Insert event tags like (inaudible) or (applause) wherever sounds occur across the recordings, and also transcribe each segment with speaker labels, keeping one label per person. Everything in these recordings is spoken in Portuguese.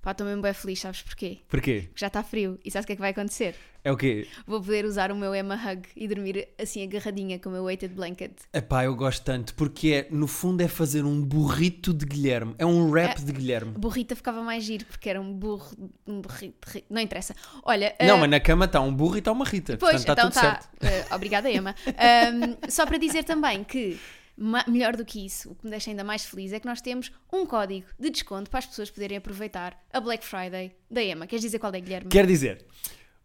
Speaker 1: Pá, estou mesmo bem feliz, sabes porquê?
Speaker 2: Porquê?
Speaker 1: Porque já está frio. E sabes o que é que vai acontecer?
Speaker 2: É o quê?
Speaker 1: Vou poder usar o meu Emma Hug e dormir assim agarradinha com o meu weighted blanket.
Speaker 2: Epá, eu gosto tanto, porque é, no fundo é fazer um burrito de Guilherme. É um rap de Guilherme.
Speaker 1: Burrita ficava mais giro, porque era um burro. Um burrito. ri- Não interessa. Olha.
Speaker 2: Não,
Speaker 1: ah,
Speaker 2: mas na cama está um burro e está uma Rita.
Speaker 1: Pois,
Speaker 2: portanto, está
Speaker 1: então
Speaker 2: tudo
Speaker 1: está.
Speaker 2: certo.
Speaker 1: obrigada, Emma. Ahm, só para dizer também que, ma- melhor do que isso, o que me deixa ainda mais feliz é que nós temos um código de desconto para as pessoas poderem aproveitar a Black Friday da Emma. Queres dizer qual é, Guilherme?
Speaker 2: Quer dizer,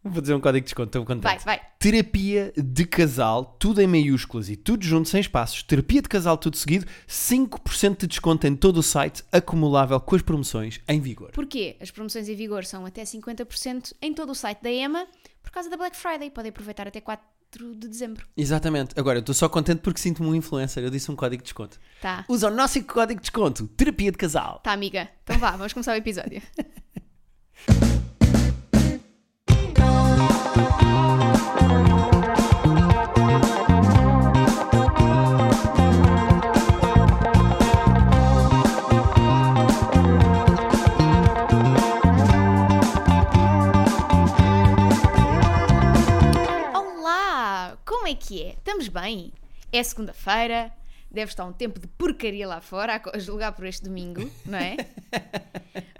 Speaker 2: vou dizer um código de desconto, estou contente.
Speaker 1: Vai, vai.
Speaker 2: Terapia de casal, tudo em maiúsculas e tudo junto, sem espaços. Terapia de casal, tudo seguido. 5% de desconto em todo o site, acumulável com as promoções em vigor.
Speaker 1: Porquê? As promoções em vigor são até 50% em todo o site da EMA por causa da Black Friday. Podem aproveitar até 4 de dezembro.
Speaker 2: Exatamente. Agora, eu estou só contente porque sinto-me um influencer. Eu disse um código de desconto.
Speaker 1: Tá.
Speaker 2: Usa o nosso código de desconto, terapia de casal.
Speaker 1: Tá, amiga. Então vá, vamos começar o episódio. Olá! Como é que é? Estamos bem? É segunda-feira, deve estar um tempo de porcaria lá fora, a co- a julgar por este domingo, não é?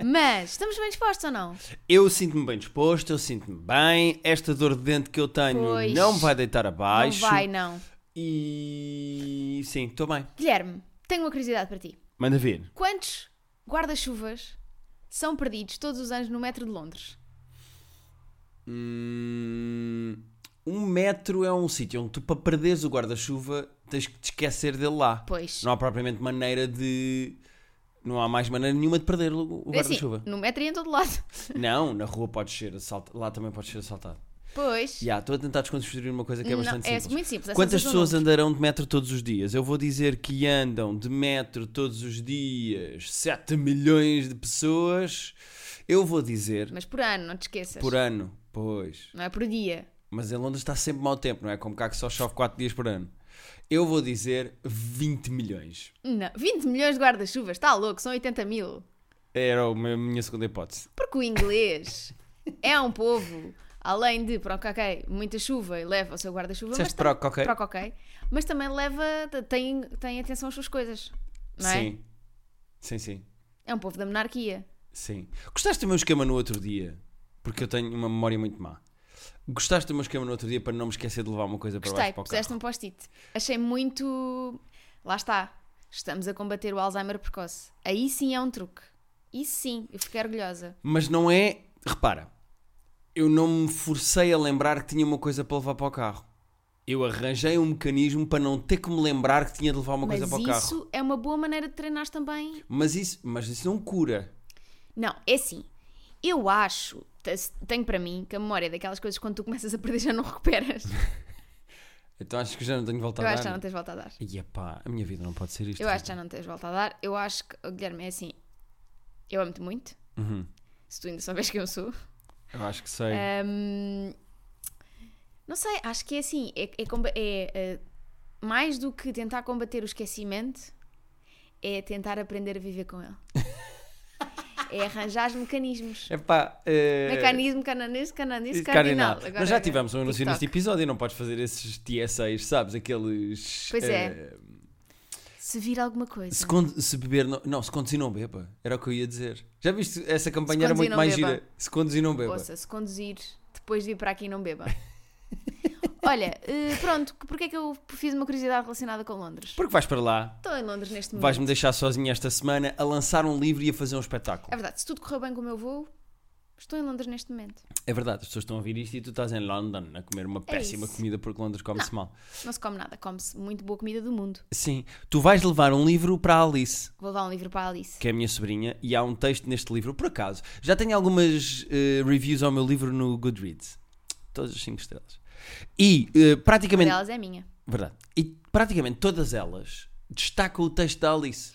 Speaker 1: Mas estamos bem dispostos ou não?
Speaker 2: Eu sinto-me bem disposto, eu sinto-me bem. Esta dor de dente que eu tenho
Speaker 1: Pois.
Speaker 2: não me vai deitar abaixo.
Speaker 1: Não vai, não.
Speaker 2: E sim, estou bem.
Speaker 1: Guilherme, tenho uma curiosidade para ti.
Speaker 2: Manda ver.
Speaker 1: Quantos guarda-chuvas são perdidos todos os anos no metro de Londres?
Speaker 2: Hum, um metro é um sítio onde tu, para perderes o guarda-chuva, tens que te esquecer dele lá.
Speaker 1: Pois.
Speaker 2: Não há propriamente maneira de. Não há mais maneira nenhuma de perder o o
Speaker 1: Assim,
Speaker 2: guarda-chuva.
Speaker 1: no metro e em todo lado. (laughs)
Speaker 2: Não, na rua podes ser assaltado. Lá também podes ser assaltado.
Speaker 1: Pois.
Speaker 2: Já, estou a tentar desconstruir uma coisa é que é
Speaker 1: Não,
Speaker 2: bastante
Speaker 1: é
Speaker 2: simples.
Speaker 1: muito simples. é
Speaker 2: Quantas
Speaker 1: sensação
Speaker 2: pessoas
Speaker 1: de um.
Speaker 2: andarão de metro todos os dias? Eu vou dizer que andam de metro todos os dias 7 milhões de pessoas. Eu vou dizer
Speaker 1: Mas por ano, não te esqueças.
Speaker 2: por ano, pois.
Speaker 1: Não é por dia.
Speaker 2: Mas em Londres está sempre mau tempo, não é? Como cá que só chove 4 dias por ano. Eu vou dizer 20 milhões.
Speaker 1: Não. 20 milhões de guarda-chuvas, está louco, são 80 mil.
Speaker 2: Era a minha minha segunda hipótese.
Speaker 1: Porque o inglês é um povo, além de, pronto, ok, muita chuva e leva o seu guarda-chuva, mas,
Speaker 2: Disseste
Speaker 1: tam-
Speaker 2: proc, ok?
Speaker 1: proc, ok, mas também leva, tem, tem atenção às suas coisas, não é?
Speaker 2: Sim. Sim, sim.
Speaker 1: É um povo da monarquia.
Speaker 2: Sim. Gostaste do meu esquema no outro dia? Porque eu tenho uma memória muito má. Gostaste do meu esquema no outro dia para não me esquecer de levar uma coisa para
Speaker 1: Gostei,
Speaker 2: baixo para o
Speaker 1: puseste
Speaker 2: carro?
Speaker 1: um post-it. Achei muito. Lá está. Estamos a combater o Alzheimer precoce. Aí sim é um truque. Isso sim, eu fiquei orgulhosa.
Speaker 2: Mas não é... Repara. Eu não me forcei a lembrar que tinha uma coisa para levar para o carro. Eu arranjei um mecanismo para não ter que me lembrar que tinha de levar uma
Speaker 1: mas
Speaker 2: coisa para o carro.
Speaker 1: isso é uma boa maneira de treinar também
Speaker 2: Mas isso, mas isso não cura.
Speaker 1: Não, é assim. Eu acho, te- tenho para mim, que a memória é daquelas coisas que quando tu começas a perder já não (laughs) recuperas.
Speaker 2: Então acho que já não tenho volta
Speaker 1: Eu
Speaker 2: a
Speaker 1: acho que já
Speaker 2: dar.
Speaker 1: não tens volta a dar.
Speaker 2: E epá, a minha vida não pode ser isto.
Speaker 1: Eu acho que já não tens volta a dar. Eu acho que, oh, Guilherme, é assim. Eu amo-te muito.
Speaker 2: Uhum.
Speaker 1: Se tu ainda souberes quem eu sou.
Speaker 2: Eu acho que sei.
Speaker 1: É. Ahm, não sei, acho que é assim. É, é comba- é, eh, mais do que tentar combater o esquecimento, é tentar aprender a viver
Speaker 2: (laughs)
Speaker 1: com ele. é arranjar mecanismos.
Speaker 2: Epá, É
Speaker 1: é
Speaker 2: eh,
Speaker 1: Mecanismo cananês, cananês,
Speaker 2: Isso,
Speaker 1: cardinal.
Speaker 2: cardinal.
Speaker 1: Agora
Speaker 2: Nós já
Speaker 1: é-
Speaker 2: tivemos um anúncio
Speaker 1: TikTok.
Speaker 2: neste episódio, não podes fazer esses TSAs, sabes? Aqueles.
Speaker 1: Pois é.
Speaker 2: eh,
Speaker 1: Se vir alguma coisa.
Speaker 2: se, con- se beber. Não, não, se conduzir não beba. Era o que eu ia dizer. Já viste? Essa campanha era
Speaker 1: conduzir,
Speaker 2: muito
Speaker 1: não
Speaker 2: mais
Speaker 1: beba.
Speaker 2: gira. Se conduzir não beba.
Speaker 1: Ouça, se conduzir, depois de ir para aqui, não beba. Olha, eh, pronto, que- porque é que eu fiz uma curiosidade relacionada com Londres?
Speaker 2: Porque vais para lá,
Speaker 1: Estou em Londres neste momento.
Speaker 2: vais-me deixar sozinha esta semana a lançar um livro e a fazer um
Speaker 1: É
Speaker 2: espetáculo.
Speaker 1: verdade, se tudo correu bem com o meu voo, estou em Londres neste momento.
Speaker 2: É verdade, as pessoas estão a ouvir isto e tu estás em London a comer uma péssima
Speaker 1: É isso.
Speaker 2: comida porque Londres come-se mal.
Speaker 1: Não se come nada, come-se muito boa comida do mundo.
Speaker 2: Sim, tu vais levar um livro para a Alice.
Speaker 1: Vou levar um livro para a Alice.
Speaker 2: que é a minha sobrinha, e há um texto neste livro, por acaso. Já tenho algumas eh, reviews ao meu livro no Goodreads. Todas as 5 estrelas. E eh,
Speaker 1: Uma
Speaker 2: praticamente.
Speaker 1: delas é minha.
Speaker 2: Verdade. E praticamente todas elas destacam o texto da Alice.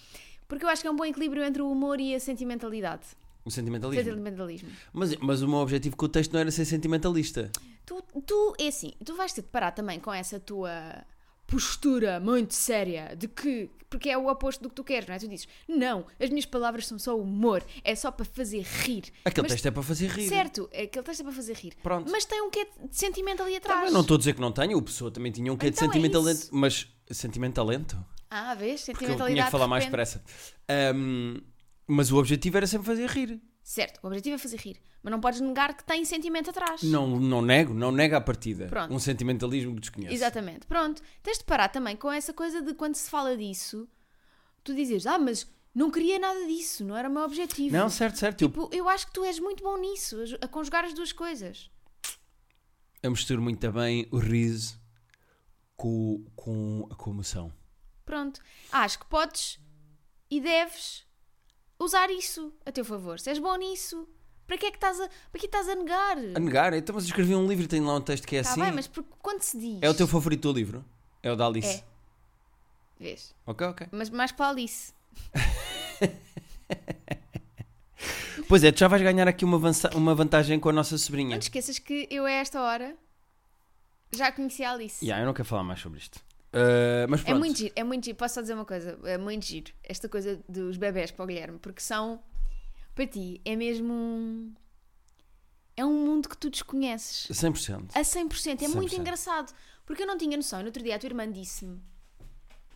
Speaker 1: Porque eu acho que é um bom equilíbrio entre o humor e a sentimentalidade.
Speaker 2: O sentimentalismo.
Speaker 1: Sentimentalismo.
Speaker 2: Mas, mas o meu objetivo com o texto não era ser sentimentalista.
Speaker 1: Tu, tu, é assim, tu vais te deparar também com essa tua postura muito séria de que. Porque é o oposto do que tu queres, não é? Tu dizes, não, as minhas palavras são só humor, é só para fazer rir.
Speaker 2: Aquele
Speaker 1: Mas-
Speaker 2: texto é para fazer rir.
Speaker 1: Certo, aquele texto é para fazer rir.
Speaker 2: Pronto.
Speaker 1: Mas tem um quê de sentimento ali
Speaker 2: Tá bem,
Speaker 1: atrás.
Speaker 2: não estou a dizer que não tenha, o pessoa também tinha um quê de
Speaker 1: Então é
Speaker 2: sentimento
Speaker 1: isso.
Speaker 2: lento, mas sentimento lento.
Speaker 1: Ah, vês?
Speaker 2: Porque eu
Speaker 1: Sentimentalidade.
Speaker 2: tinha que falar
Speaker 1: de
Speaker 2: mais
Speaker 1: repente.
Speaker 2: depressa. Ahm, mas o objetivo era sempre fazer rir.
Speaker 1: Certo, o objetivo é fazer rir. Mas não podes negar que tem sentimento atrás.
Speaker 2: Não, é não nego, não nega a partida.
Speaker 1: Pronto.
Speaker 2: Um sentimentalismo que desconheço.
Speaker 1: Exatamente. Pronto, tens de parar também com essa coisa de quando se fala disso, tu dizes, ah, mas não queria nada disso, não era o meu objetivo.
Speaker 2: Não, certo, certo. eu-
Speaker 1: Tipo, eu acho que tu és muito bom nisso, a ju- a conjugar as duas coisas.
Speaker 2: Eu misturo muito bem o riso com, com a comoção.
Speaker 1: Pronto. Acho que podes e deves usar isso a teu favor. Se és bom nisso, para que é que estás a, para que estás a negar?
Speaker 2: A negar, então mas eu escrevi um livro e tenho lá um texto que é
Speaker 1: Está
Speaker 2: assim.
Speaker 1: Tá bem, mas porque quando se diz.
Speaker 2: É o teu favorito do livro? É o da Alice.
Speaker 1: É. Vês?
Speaker 2: Ok, ok.
Speaker 1: Mas mais para a Alice.
Speaker 2: Pois é, tu já vais ganhar aqui uma, avança- uma vantagem com a nossa sobrinha.
Speaker 1: Não te esqueças que eu a esta hora já conheci a Alice.
Speaker 2: Yeah, eu não quero falar mais sobre isto. Uh, mas
Speaker 1: É
Speaker 2: pronto.
Speaker 1: muito giro, é muito giro. Posso só dizer uma coisa? É muito giro. Esta coisa dos bebés para o Guilherme, porque são. Para ti, é mesmo um. É um mundo que tu desconheces.
Speaker 2: 100%.
Speaker 1: A 100%. É muito
Speaker 2: 100%.
Speaker 1: engraçado. Porque eu não tinha noção. No outro dia a tua irmã disse-me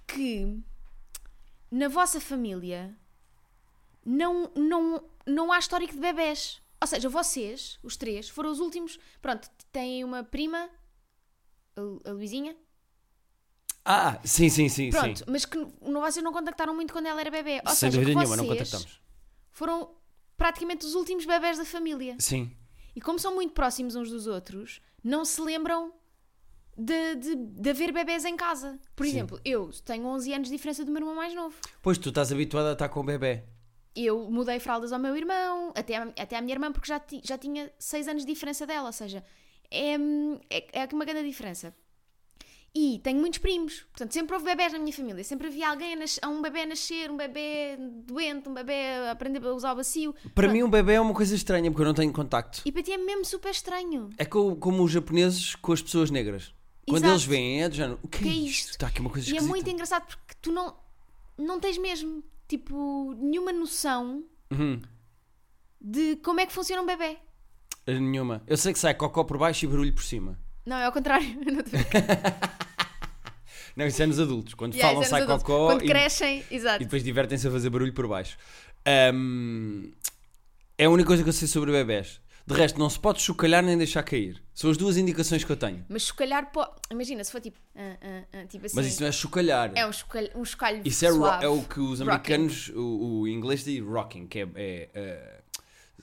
Speaker 1: que na vossa família não, não, não há histórico de bebés. Ou seja, vocês, os três, foram os últimos. Pronto, têm uma prima, a Lu- a Luizinha.
Speaker 2: Ah, sim, sim, sim.
Speaker 1: Pronto,
Speaker 2: sim.
Speaker 1: mas que não, vocês não contactaram muito quando ela era bebê. Ou seja,
Speaker 2: Sem dúvida
Speaker 1: que
Speaker 2: nenhuma, não
Speaker 1: vocês
Speaker 2: contactamos.
Speaker 1: Foram praticamente os últimos bebés da família.
Speaker 2: Sim.
Speaker 1: E como são muito próximos uns dos outros, não se lembram de, de, de haver bebés em casa. Por
Speaker 2: Sim.
Speaker 1: exemplo, eu tenho 11 anos de diferença do meu irmão mais novo.
Speaker 2: Pois tu estás habituada a estar com o bebê.
Speaker 1: Eu mudei fraldas ao meu irmão, até à, até à minha irmã, porque já, ti- já tinha 6 anos de diferença dela. Ou seja, é, é, é uma grande diferença. E tenho muitos primos, portanto, sempre houve bebés na minha família. Sempre havia alguém a, nas- a um bebê a nascer, um bebê doente, um bebê a aprender a usar o bacio.
Speaker 2: Para mim, um bebê é uma coisa estranha porque eu não tenho contacto.
Speaker 1: E para ti é mesmo super estranho.
Speaker 2: É co- como os japoneses com as pessoas negras. Quando
Speaker 1: Exato.
Speaker 2: eles veem, é do género: o que,
Speaker 1: Que
Speaker 2: é
Speaker 1: é
Speaker 2: isto?
Speaker 1: isto?
Speaker 2: Está aqui uma coisa
Speaker 1: E é
Speaker 2: esquisita.
Speaker 1: muito engraçado porque tu não, não tens mesmo, tipo, nenhuma noção
Speaker 2: Uhum.
Speaker 1: de como é que funciona um bebê.
Speaker 2: Nenhuma. Eu sei que sai cocó por baixo e barulho por cima.
Speaker 1: Não, é ao contrário. (laughs) Não estou a brincar.
Speaker 2: Não, isso é nos adultos. Quando
Speaker 1: Yeah,
Speaker 2: falam,
Speaker 1: isso é
Speaker 2: sai
Speaker 1: nos adultos.
Speaker 2: cocó
Speaker 1: Quando
Speaker 2: e,
Speaker 1: crescem,
Speaker 2: e
Speaker 1: exato.
Speaker 2: depois divertem-se a fazer barulho por baixo. Ahm, é a única coisa que eu sei sobre bebés. De resto, não se pode chocalhar nem deixar cair. São as duas indicações que eu tenho.
Speaker 1: Mas chocalhar pode... Imagina, se for tipo... ah, ah, ah, tipo assim...
Speaker 2: Mas isso não é chocalhar.
Speaker 1: É um chocalho, um chocalho
Speaker 2: Isso é, ro-
Speaker 1: suave.
Speaker 2: é o que os
Speaker 1: Rocking.
Speaker 2: americanos, o, o inglês diz rocking, que é. é, eh,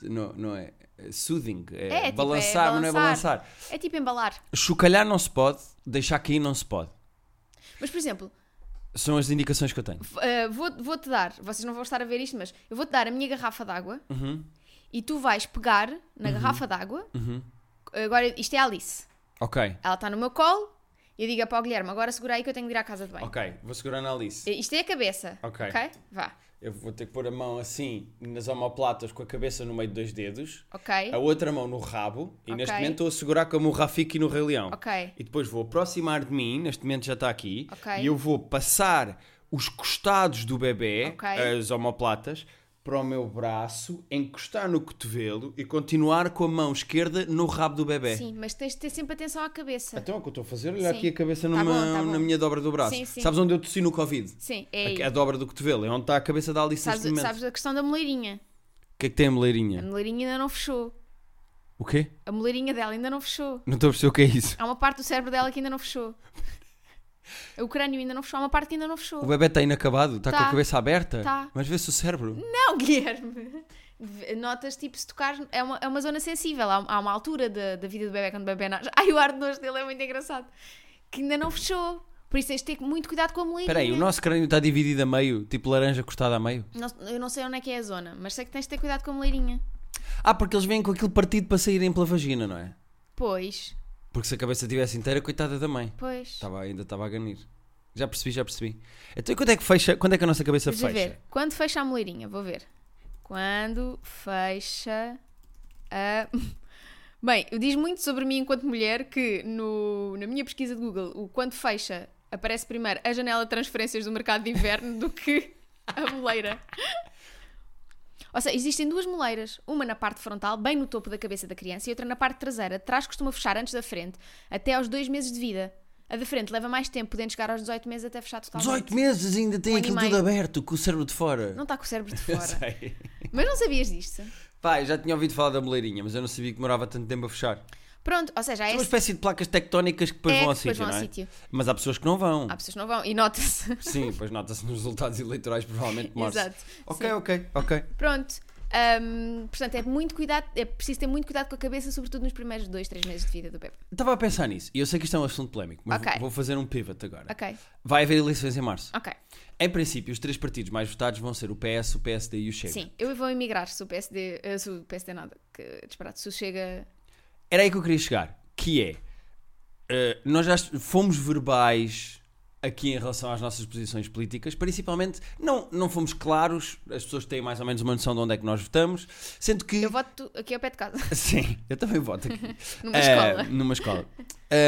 Speaker 2: não, não é. é Soothing. É,
Speaker 1: É, tipo,
Speaker 2: balançar,
Speaker 1: é
Speaker 2: mas não é
Speaker 1: balançar.
Speaker 2: balançar.
Speaker 1: É tipo embalar.
Speaker 2: Chocalhar não se pode, deixar cair não se pode.
Speaker 1: Mas, por exemplo,
Speaker 2: São as indicações que eu tenho.
Speaker 1: f- ah, vou- vou-te dar... Vocês não vão estar a ver isto, mas... Eu vou-te dar a minha garrafa de água
Speaker 2: Uhum,
Speaker 1: e tu vais pegar na garrafa de água...
Speaker 2: uhum.
Speaker 1: Agora, isto é a Alice.
Speaker 2: Ok.
Speaker 1: Ela está no meu colo e eu digo para o Guilherme, agora segura aí que eu tenho de ir à casa de banho.
Speaker 2: Ok, vou segurar na Alice.
Speaker 1: Isto é a cabeça.
Speaker 2: Ok.
Speaker 1: Vá.
Speaker 2: Eu vou ter que pôr a mão assim nas omoplatas com a cabeça no meio de dois dedos,
Speaker 1: Ok.
Speaker 2: a outra mão no rabo, e neste
Speaker 1: Ok.
Speaker 2: momento estou a segurar como o Rafiki no Rei Leão.
Speaker 1: Ok.
Speaker 2: E depois vou aproximar de mim, neste momento já está aqui,
Speaker 1: Ok.
Speaker 2: e eu vou passar os costados do bebê,
Speaker 1: Ok.
Speaker 2: as omoplatas, para o meu braço, encostar no cotovelo e continuar com a mão esquerda no rabo do bebê.
Speaker 1: Sim, mas tens de ter sempre atenção à cabeça.
Speaker 2: Então é o que eu estou a fazer, olhar
Speaker 1: Sim.
Speaker 2: aqui a
Speaker 1: Tá
Speaker 2: cabeça numa-
Speaker 1: bom, tá bom.
Speaker 2: na minha dobra do braço.
Speaker 1: Sim, sim.
Speaker 2: Sabes onde eu tossi no Covid?
Speaker 1: Sim,
Speaker 2: A-
Speaker 1: é aí.
Speaker 2: A, dobra do cotovelo, é onde está a cabeça da Alice
Speaker 1: Sabes,
Speaker 2: neste momento.
Speaker 1: sabes a questão da moleirinha.
Speaker 2: O que é que tem a
Speaker 1: A
Speaker 2: moleirinha?
Speaker 1: moleirinha ainda não fechou.
Speaker 2: O quê?
Speaker 1: A moleirinha dela ainda não fechou.
Speaker 2: Não estou a perceber o que é isso.
Speaker 1: Há uma parte do cérebro dela que ainda não
Speaker 2: (laughs)
Speaker 1: fechou. O crânio ainda não fechou. Há uma parte que ainda não fechou.
Speaker 2: O bebê está inacabado, está com a
Speaker 1: Tá.
Speaker 2: cabeça aberta.
Speaker 1: Tá.
Speaker 2: Mas vê-se o cérebro.
Speaker 1: (laughs) Não, Guilherme. V- Notas, tipo, se tocar, é uma, é uma zona sensível. Há, há uma altura da, da vida do bebê quando o bebê nasce. (laughs) Ai, o ar de nojo dele é muito engraçado. Que ainda não fechou. Por isso tens de ter muito cuidado com a moleirinha.
Speaker 2: Espera aí, o nosso crânio está dividido a meio, tipo laranja cortada a meio.
Speaker 1: Não- eu não sei onde é que é a zona, mas sei que tens de ter cuidado com a moleirinha.
Speaker 2: Ah, porque eles vêm com aquilo partido para saírem pela vagina, não é?
Speaker 1: Pois,
Speaker 2: Porque se a cabeça estivesse inteira, coitada da mãe.
Speaker 1: pois.
Speaker 2: Tava- ainda estava a ganir. Já percebi, já percebi. Então e quando é que fecha? Quando é que a nossa cabeça
Speaker 1: Deixa
Speaker 2: fecha?
Speaker 1: ver. Quando fecha a moleirinha? Vou ver. Quando fecha a. (laughs) Bem, diz muito sobre mim enquanto mulher que no, na minha pesquisa de Google, o quando fecha a aparece primeiro a janela de transferências do mercado de inverno do que a moleira. (laughs) Ou seja, existem duas moleiras, uma na parte frontal, bem no topo da cabeça da criança, e outra na parte traseira. De trás costuma fechar antes da frente, até aos dois meses de vida. A da frente leva mais tempo, podendo chegar aos 18 meses até fechar totalmente.
Speaker 2: 18 meses ainda tem
Speaker 1: Um ano
Speaker 2: aquilo
Speaker 1: e meio.
Speaker 2: tudo aberto, com o cérebro de fora. (laughs)
Speaker 1: Não está com o cérebro de fora.
Speaker 2: Sei.
Speaker 1: Mas não sabias disto?
Speaker 2: Pá, eu já tinha ouvido falar da moleirinha, mas eu não sabia que demorava tanto tempo a fechar.
Speaker 1: Pronto, ou seja, há
Speaker 2: São uma
Speaker 1: esse...
Speaker 2: espécie de placas tectónicas que depois
Speaker 1: É,
Speaker 2: vão ao
Speaker 1: que depois
Speaker 2: sítio,
Speaker 1: vão
Speaker 2: não
Speaker 1: ao
Speaker 2: é?
Speaker 1: sítio.
Speaker 2: Mas há pessoas que não vão.
Speaker 1: Há pessoas que não vão, e
Speaker 2: (laughs)
Speaker 1: nota-se.
Speaker 2: Sim, pois nota-se nos resultados
Speaker 1: (laughs)
Speaker 2: eleitorais, provavelmente de março.
Speaker 1: Exato.
Speaker 2: Ok,
Speaker 1: Sim.
Speaker 2: ok, ok.
Speaker 1: Pronto. Hum, portanto, é muito cuidado, é preciso ter muito cuidado com a cabeça, sobretudo nos primeiros dois, três meses de vida do bebê.
Speaker 2: Estava a pensar nisso, e eu sei que isto é um assunto polémico, mas
Speaker 1: Ok.
Speaker 2: vou- vou fazer um pivot agora.
Speaker 1: Ok,
Speaker 2: Vai haver eleições em março.
Speaker 1: ok.
Speaker 2: Em princípio, os três partidos mais votados vão ser o PS, o PSD e o Chega.
Speaker 1: Sim, eu vou emigrar se o PSD. eh, Se o PSD nada, que disparado. Se o chega.
Speaker 2: Era aí que eu queria chegar, que é eh, nós já est- fomos verbais aqui em relação às nossas posições políticas, principalmente não, não fomos claros, as pessoas têm mais ou menos uma noção de onde é que nós votamos, sendo que
Speaker 1: Eu voto aqui ao pé de casa,
Speaker 2: (laughs) Sim, eu também voto aqui.
Speaker 1: numa
Speaker 2: Eh,
Speaker 1: escola.
Speaker 2: Numa escola.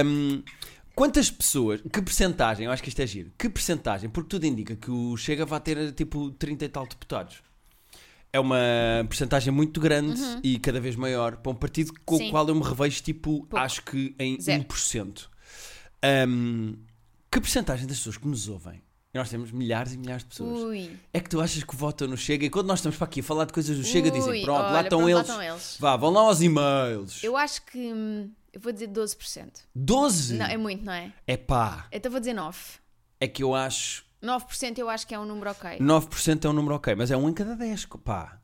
Speaker 2: Hum, quantas pessoas, que percentagem, eu acho que isto é giro, que percentagem, porque tudo indica que o Chega vai ter tipo 30 e tal deputados. É uma percentagem muito grande e cada vez maior para um partido com
Speaker 1: Uhum. Sim.
Speaker 2: o qual eu me revejo tipo,
Speaker 1: Pouco.
Speaker 2: acho que em
Speaker 1: Zero.
Speaker 2: 1%. Hum, que percentagem das pessoas que nos ouvem? E Nós temos milhares e milhares de pessoas.
Speaker 1: Ui.
Speaker 2: É que tu achas que votam no Chega e quando nós estamos para aqui a falar de coisas do Chega
Speaker 1: Ui,
Speaker 2: dizem, pronto,
Speaker 1: olha,
Speaker 2: lá estão
Speaker 1: pronto, lá
Speaker 2: eles.
Speaker 1: estão eles.
Speaker 2: Vá, vão lá aos e-mails.
Speaker 1: Eu acho que. hum, eu vou dizer 12%.
Speaker 2: 12?
Speaker 1: Não, é muito, não é?
Speaker 2: É pá,
Speaker 1: Então vou dizer 9.
Speaker 2: é que eu acho.
Speaker 1: 9% eu acho que é um número ok.
Speaker 2: 9% é um número ok, mas é um em cada 10, co- pá.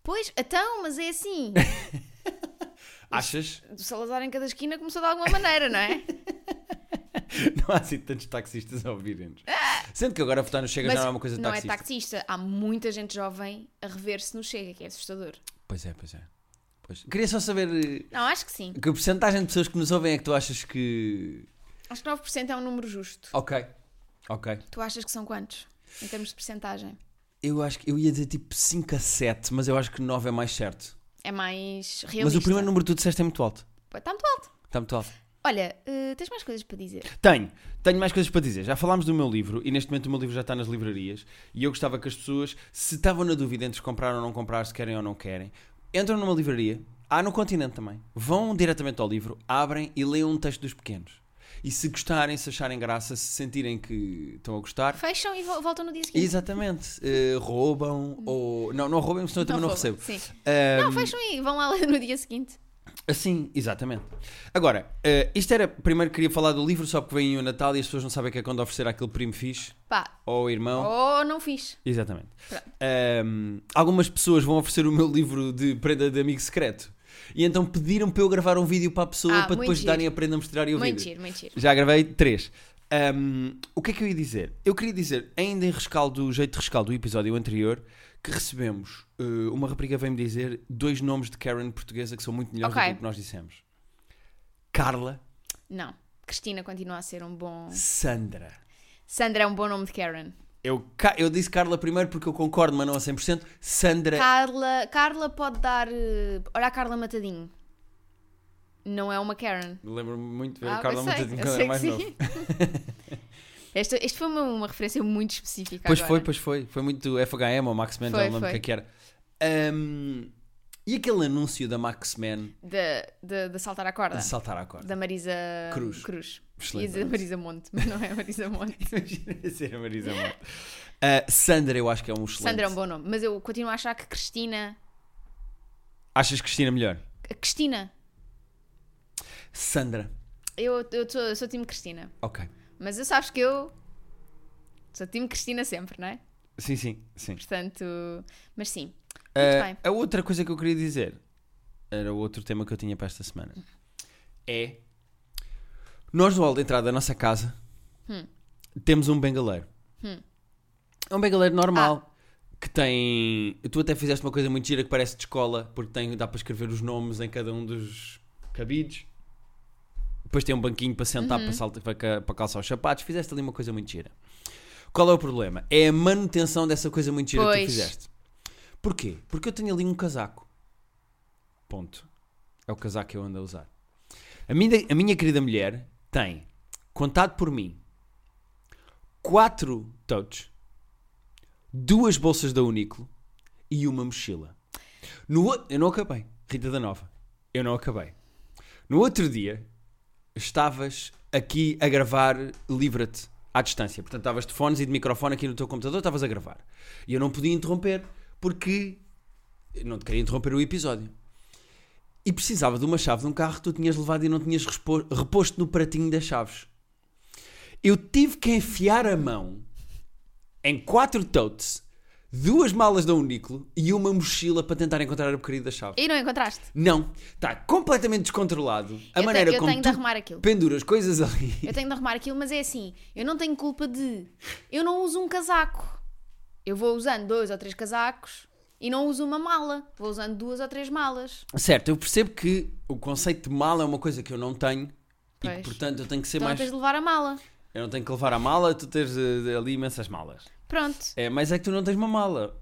Speaker 1: Pois, então, mas é assim. (laughs)
Speaker 2: Achas? (laughs)
Speaker 1: O Salazar em cada esquina começou de alguma maneira, não é?
Speaker 2: Não há assim tantos taxistas a ouvirem-nos. Sendo que agora votar no Chega já não é uma coisa de
Speaker 1: não
Speaker 2: taxista.
Speaker 1: é taxista. Há muita gente jovem a rever-se no Chega, que é assustador.
Speaker 2: Pois é, pois é. Pois. Queria só saber eh,
Speaker 1: Não, acho que sim.
Speaker 2: que porcentagem de pessoas que nos ouvem é que tu achas que.
Speaker 1: Acho que 9% é um número justo.
Speaker 2: Ok, ok.
Speaker 1: Tu achas que são quantos? Em termos de percentagem?
Speaker 2: Eu acho que eu ia dizer tipo 5 a 7, mas eu acho que 9 é mais certo.
Speaker 1: É mais realista.
Speaker 2: Mas o primeiro número que tu disseste é muito alto.
Speaker 1: Está muito alto.
Speaker 2: Está Tá muito alto.
Speaker 1: Olha, eh, tens mais coisas para dizer?
Speaker 2: Tenho, tenho mais coisas para dizer. Já falámos do meu livro e neste momento o meu livro já está nas livrarias e eu gostava que as pessoas, se estavam na dúvida entre comprar ou não comprar, se querem ou não querem, entram numa livraria, há no continente também, vão diretamente ao livro, abrem e leem um texto dos pequenos. E se gostarem, se acharem graça, se sentirem que estão a gostar,
Speaker 1: Fecham e vo- voltam no dia seguinte.
Speaker 2: exatamente, eh, roubam ou. Não, não roubem, senão eu também não,
Speaker 1: roubam.
Speaker 2: recebo.
Speaker 1: Sim.
Speaker 2: Ah,
Speaker 1: Não, fecham e vão lá (laughs) ler no dia seguinte.
Speaker 2: Sim, Assim, exatamente. Agora, eh, isto era. Primeiro queria falar do livro, só porque vem o Natal e as pessoas não sabem o que é quando oferecer àquele primo fixe
Speaker 1: Pá,
Speaker 2: ou irmão.
Speaker 1: ou não fiz.
Speaker 2: Exatamente.
Speaker 1: Oh. Pronto.
Speaker 2: Ahm, algumas pessoas vão oferecer o meu livro de prenda de amigo secreto e então pediram para eu gravar um vídeo para a pessoa
Speaker 1: Ah,
Speaker 2: para
Speaker 1: muito
Speaker 2: depois
Speaker 1: giro.
Speaker 2: darem a prenda a mostrar e eu vídeo.
Speaker 1: Mentir, mentir.
Speaker 2: Já gravei três. Ahm, o que é que eu ia dizer? Eu queria dizer, ainda em rescaldo, do jeito de rescaldo do episódio anterior, que recebemos, eh, uma rapariga veio-me dizer dois nomes de Karen portuguesa que são muito melhores do
Speaker 1: Ok.
Speaker 2: que o que nós dissemos. Carla
Speaker 1: Não. Cristina continua a ser um bom.
Speaker 2: Sandra.
Speaker 1: Sandra é um bom nome de Karen.
Speaker 2: Eu, ca- eu disse Carla primeiro porque eu concordo, mas não a 100%. Sandra.
Speaker 1: Carla, Carla pode dar. eh, Olha a Carla Matadinho. Não é uma Karen.
Speaker 2: Lembro-me muito de ver
Speaker 1: Ah,
Speaker 2: a Carla
Speaker 1: eu sei,
Speaker 2: Matadinho
Speaker 1: eu
Speaker 2: quando
Speaker 1: sei
Speaker 2: era mais
Speaker 1: que
Speaker 2: novo.
Speaker 1: sim. (laughs) Esta, isto foi uma, uma referência muito específica.
Speaker 2: Pois
Speaker 1: agora.
Speaker 2: foi, pois foi. Foi muito FHM ou Max
Speaker 1: Foi,
Speaker 2: Man, não lembro o que
Speaker 1: foi.
Speaker 2: é que era. Ahm, e aquele anúncio da Max Man
Speaker 1: De, de, de saltar a corda.
Speaker 2: de saltar à corda?
Speaker 1: Da Marisa
Speaker 2: Cruz.
Speaker 1: Cruz.
Speaker 2: Excelente
Speaker 1: Ia dizer Marisa Monte, mas não é Marisa Monte.
Speaker 2: (laughs) Imagina ser a Marisa Monte. Ah, Sandra, eu acho que é um excelente.
Speaker 1: Sandra é um bom nome, mas eu continuo a achar que Cristina.
Speaker 2: Achas Cristina é melhor?
Speaker 1: a Cristina!
Speaker 2: Sandra.
Speaker 1: Eu, eu, sou, eu sou time Cristina.
Speaker 2: Ok.
Speaker 1: Mas eu sabes que eu. Sou time Cristina sempre, não é?
Speaker 2: Sim, sim, sim.
Speaker 1: Portanto. Mas sim.
Speaker 2: Ah,
Speaker 1: bem.
Speaker 2: a outra coisa que eu queria dizer era o outro tema que eu tinha para esta semana. É. Nós no hall de entrada da nossa casa
Speaker 1: Hum.
Speaker 2: temos um bengaleiro. É um bengaleiro normal. Que tem. Tu até fizeste uma coisa muito gira que parece de escola, porque tem, dá para escrever os nomes em cada um dos cabides. Depois tem um banquinho para sentar, para, salta- para ca- para calçar os sapatos. Fizeste ali uma coisa muito gira. Qual é o problema? É a manutenção dessa coisa muito gira que
Speaker 1: Pois.
Speaker 2: tu fizeste. Porquê? Porque eu tenho ali um casaco. Ponto. É o casaco que eu ando a usar. A minha, a minha querida mulher tem, contado por mim, quatro totes, duas bolsas da Uniqlo e uma mochila. No, o- eu não acabei, Rita da Nova. Eu não acabei. No outro dia, estavas aqui a gravar Livra-te à distância. Portanto, estavas de fones e de microfone aqui no teu computador, estavas a gravar. E eu não podia interromper porque eu não te queria interromper o episódio. E precisava de uma chave de um carro que tu tinhas levado e não tinhas respo- reposto no pratinho das chaves. Eu tive que enfiar a mão em quatro totes, duas malas da Uniclo e uma mochila para tentar encontrar a bocadinho da chave.
Speaker 1: E não encontraste?
Speaker 2: Não, está completamente descontrolado a
Speaker 1: Eu
Speaker 2: maneira
Speaker 1: te- eu
Speaker 2: como
Speaker 1: tenho de
Speaker 2: tu
Speaker 1: arrumar aquilo.
Speaker 2: penduras coisas ali. (laughs)
Speaker 1: Eu tenho de arrumar aquilo, mas é assim, eu não tenho culpa de. Eu não uso um casaco. Eu vou usando dois ou três casacos e não uso uma mala. Vou usando duas ou três malas.
Speaker 2: Certo, eu percebo que o conceito de mal é uma coisa que eu não tenho e que,
Speaker 1: Pois.
Speaker 2: portanto eu tenho que ser
Speaker 1: Então não
Speaker 2: mais.
Speaker 1: tens de levar a mala.
Speaker 2: Eu não tenho que levar a mala, tu tens eh, ali imensas malas.
Speaker 1: Pronto.
Speaker 2: É, mas é que tu não tens uma mala.